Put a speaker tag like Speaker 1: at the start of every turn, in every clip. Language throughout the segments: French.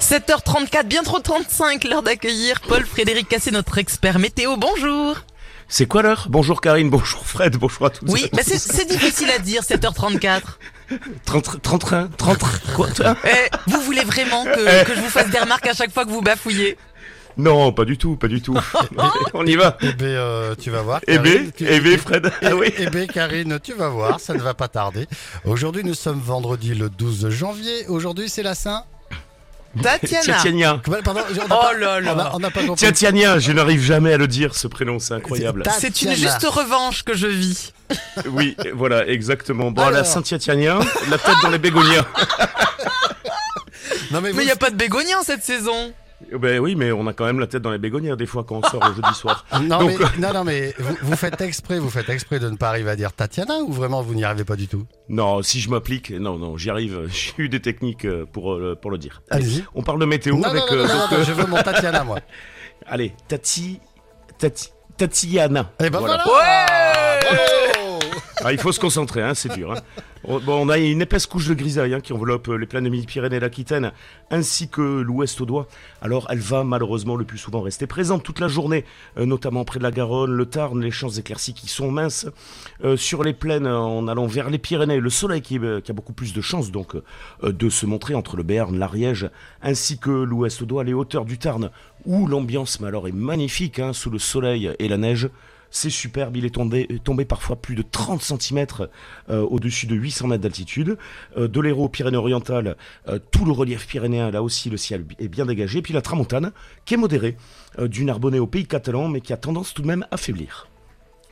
Speaker 1: 7h34, bien trop 35, l'heure d'accueillir Paul-Frédéric Cassé, notre expert météo. Bonjour
Speaker 2: C'est quoi l'heure Bonjour Karine, bonjour Fred, bonjour à tous.
Speaker 1: Oui, bah c'est- c'est difficile à dire, 7h34.
Speaker 2: 30, 31, 30, quoi toi
Speaker 1: Eh, vous voulez vraiment
Speaker 3: Eh.
Speaker 1: que, que je vous fasse des remarques à chaque fois que vous bafouillez
Speaker 2: Non, pas du tout, pas du tout. On y va.
Speaker 3: Eh ben, euh, tu vas voir.
Speaker 2: Eh
Speaker 3: Karine,
Speaker 2: B,
Speaker 3: tu-
Speaker 2: eh B, Fred. Ah oui.
Speaker 3: Eh ben, Karine, tu vas voir, ça ne va pas tarder. Aujourd'hui, nous sommes vendredi le 12 janvier. Aujourd'hui, c'est la Saint.
Speaker 1: Tatiana
Speaker 2: Tatiania.
Speaker 3: Comment- Pardon, on n'a
Speaker 1: Oh
Speaker 3: pas-
Speaker 1: là
Speaker 3: on n'a-
Speaker 1: là
Speaker 3: on n'a pas compris.
Speaker 2: Tatiania, je n'arrive jamais à le dire ce prénom, c'est incroyable.
Speaker 3: C'est
Speaker 1: C'est une
Speaker 3: Tatiana.
Speaker 1: juste revanche que je vis.
Speaker 2: Oui, voilà, exactement. Bon, la
Speaker 3: Alors.
Speaker 2: Saint-Tatiania, la tête dans les bégoniens.
Speaker 3: Non,
Speaker 1: Mais
Speaker 3: mais,
Speaker 1: il n'y
Speaker 3: vous-
Speaker 1: a pas de bégonia en cette saison
Speaker 2: Ben oui, mais on a quand même la tête dans les bégoniens des fois quand on sort le jeudi soir.
Speaker 3: non,
Speaker 2: Donc-
Speaker 3: mais- non, non, mais vous, vous faites exprès, vous faites exprès de ne pas arriver à dire Tatiana ou vraiment vous n'y arrivez pas du tout
Speaker 2: Non, si je m'applique, non, non, j'y arrive. J'ai eu des techniques euh, pour, euh, pour le dire.
Speaker 3: Allez-y.
Speaker 2: On parle de météo
Speaker 3: Non, non,
Speaker 2: avec...
Speaker 3: non,
Speaker 2: euh,
Speaker 3: non, non,
Speaker 2: donc,
Speaker 3: non,
Speaker 2: euh,
Speaker 3: je veux mon Tatiana, moi.
Speaker 2: Allez, Tati, Tati, Tatiana.
Speaker 3: Eh ben voilà.
Speaker 1: Ouais
Speaker 3: Bravo.
Speaker 2: Ah, il faut se concentrer, hein, c'est dur. hein. On, bon, on a une épaisse couche de grisaille hein, qui enveloppe euh, les plaines de Midi-Pyrénées et l'Aquitaine, ainsi que l'ouest doigt. Alors, elle va malheureusement le plus souvent rester présente toute la journée, euh, notamment près de la Garonne, le Tarn, les champs éclaircies qui sont minces. Euh, sur les plaines, euh, en allant vers les Pyrénées, le soleil qui, est, euh, qui a beaucoup plus de chances donc euh, de se montrer entre le Béarn, l'Ariège, ainsi que l'ouest doigt, les hauteurs du Tarn, où l'ambiance mais alors, est magnifique hein, sous le soleil et la neige. C'est superbe, il est tombé, euh, tombé parfois plus de 30 cm au-dessus de 800 mètres d'altitude. Euh, de l'Hérault aux Pyrénées-Orientales, euh, tout le relief pyrénéen, là aussi le ciel est bien dégagé. Puis la tramontane, qui est modérée, euh, du Narbonnais au pays catalan, mais qui a tendance tout de même à faiblir.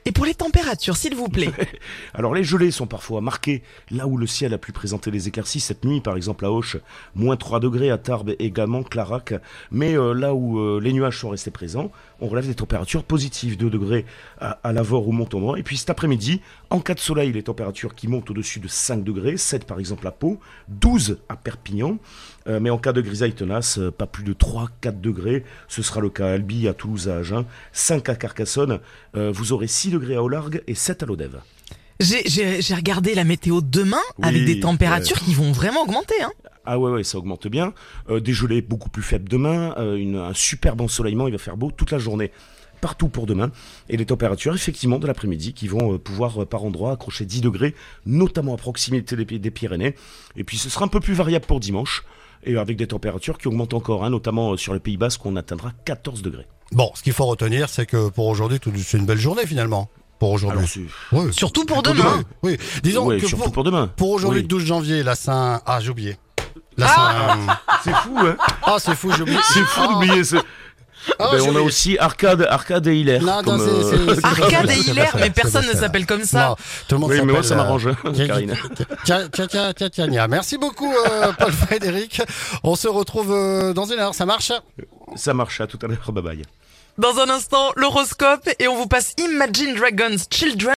Speaker 1: Et pour les températures, s'il vous plaît.
Speaker 2: Alors les gelées sont parfois marquées là où le ciel a pu présenter des éclaircies cette nuit, par exemple à Auch, moins 3 degrés à Tarbes également, Clarac, mais euh, là où euh, les nuages sont restés présents, on relève des températures positives, 2 degrés à, à Lavore ou Montauban, et puis cet après-midi, en cas de soleil, les températures qui montent au-dessus de 5 degrés, 7 par exemple à Pau, 12 à Perpignan, euh, mais en cas de grisaille tenace, euh, pas plus de 3-4 degrés. Ce sera le cas à Albi, à Toulouse, à Agen, 5 à Carcassonne. Euh, vous aurez 6 degrés à Aulargue et 7 à l'Odève.
Speaker 1: J'ai- J'ai j'ai regardé la météo demain avec
Speaker 2: Oui,
Speaker 1: des températures qui vont vraiment augmenter. Hein.
Speaker 2: Ah ouais, ouais, ça augmente bien. Euh, des gelées beaucoup plus faibles demain. euh, une- un superbe ensoleillement. Il va faire beau toute la journée. Partout pour demain. Et les températures, effectivement, de l'après-midi qui vont euh, pouvoir, euh, par endroits, accrocher 10 degrés, notamment à proximité des, Py- des Pyrénées. Et puis ce sera un peu plus variable pour dimanche. Et avec des températures qui augmentent encore, hein, notamment euh, sur le Pays Basque, où on atteindra 14 degrés.
Speaker 3: Bon, ce qu'il faut retenir, c'est que pour aujourd'hui, tout- c'est une belle journée finalement. Pour
Speaker 2: Alors,
Speaker 3: aujourd'hui.
Speaker 2: Ah, c'est-
Speaker 3: Oui.
Speaker 1: Surtout pour
Speaker 3: Pour
Speaker 1: demain.
Speaker 3: Oui, Ah bah, disons
Speaker 2: ouais,
Speaker 3: que
Speaker 2: surtout
Speaker 3: pour,
Speaker 2: pour, demain.
Speaker 3: pour aujourd'hui,
Speaker 2: Oui.
Speaker 3: 12 janvier, la Saint. Ah, j'ai oublié. La
Speaker 1: Ah
Speaker 3: Saint.
Speaker 2: C'est fou, hein
Speaker 3: Ah, c'est fou, j'ai oublié.
Speaker 2: C'est fou d'oublier ce.
Speaker 3: Ah,
Speaker 2: Ben,
Speaker 3: j'ai
Speaker 2: on a
Speaker 3: oublié.
Speaker 2: aussi Arcade, Arcade et Hilaire.
Speaker 3: Non, non,
Speaker 2: comme,
Speaker 3: c'est-
Speaker 2: euh,
Speaker 3: c'est- c'est-
Speaker 1: Arcade et
Speaker 3: C'est pas
Speaker 1: Hilaire,
Speaker 3: ça,
Speaker 1: mais
Speaker 3: c'est pas
Speaker 1: personne ne
Speaker 3: ça.
Speaker 1: s'appelle comme ça.
Speaker 3: Non, tout le monde
Speaker 2: Oui, mais moi, ça
Speaker 3: s'appelle, euh,
Speaker 2: m'arrange, hein,
Speaker 3: Tiens,
Speaker 2: Karine.
Speaker 3: tiens, tiens, tiens, tiens, tiens, tiens. Merci beaucoup, euh, Paul Frédéric. On se retrouve euh, dans une heure, ça marche
Speaker 2: Ça marche, à tout à l'heure, bye bye.
Speaker 1: Dans un instant, l'horoscope et on vous passe Imagine Dragons Children.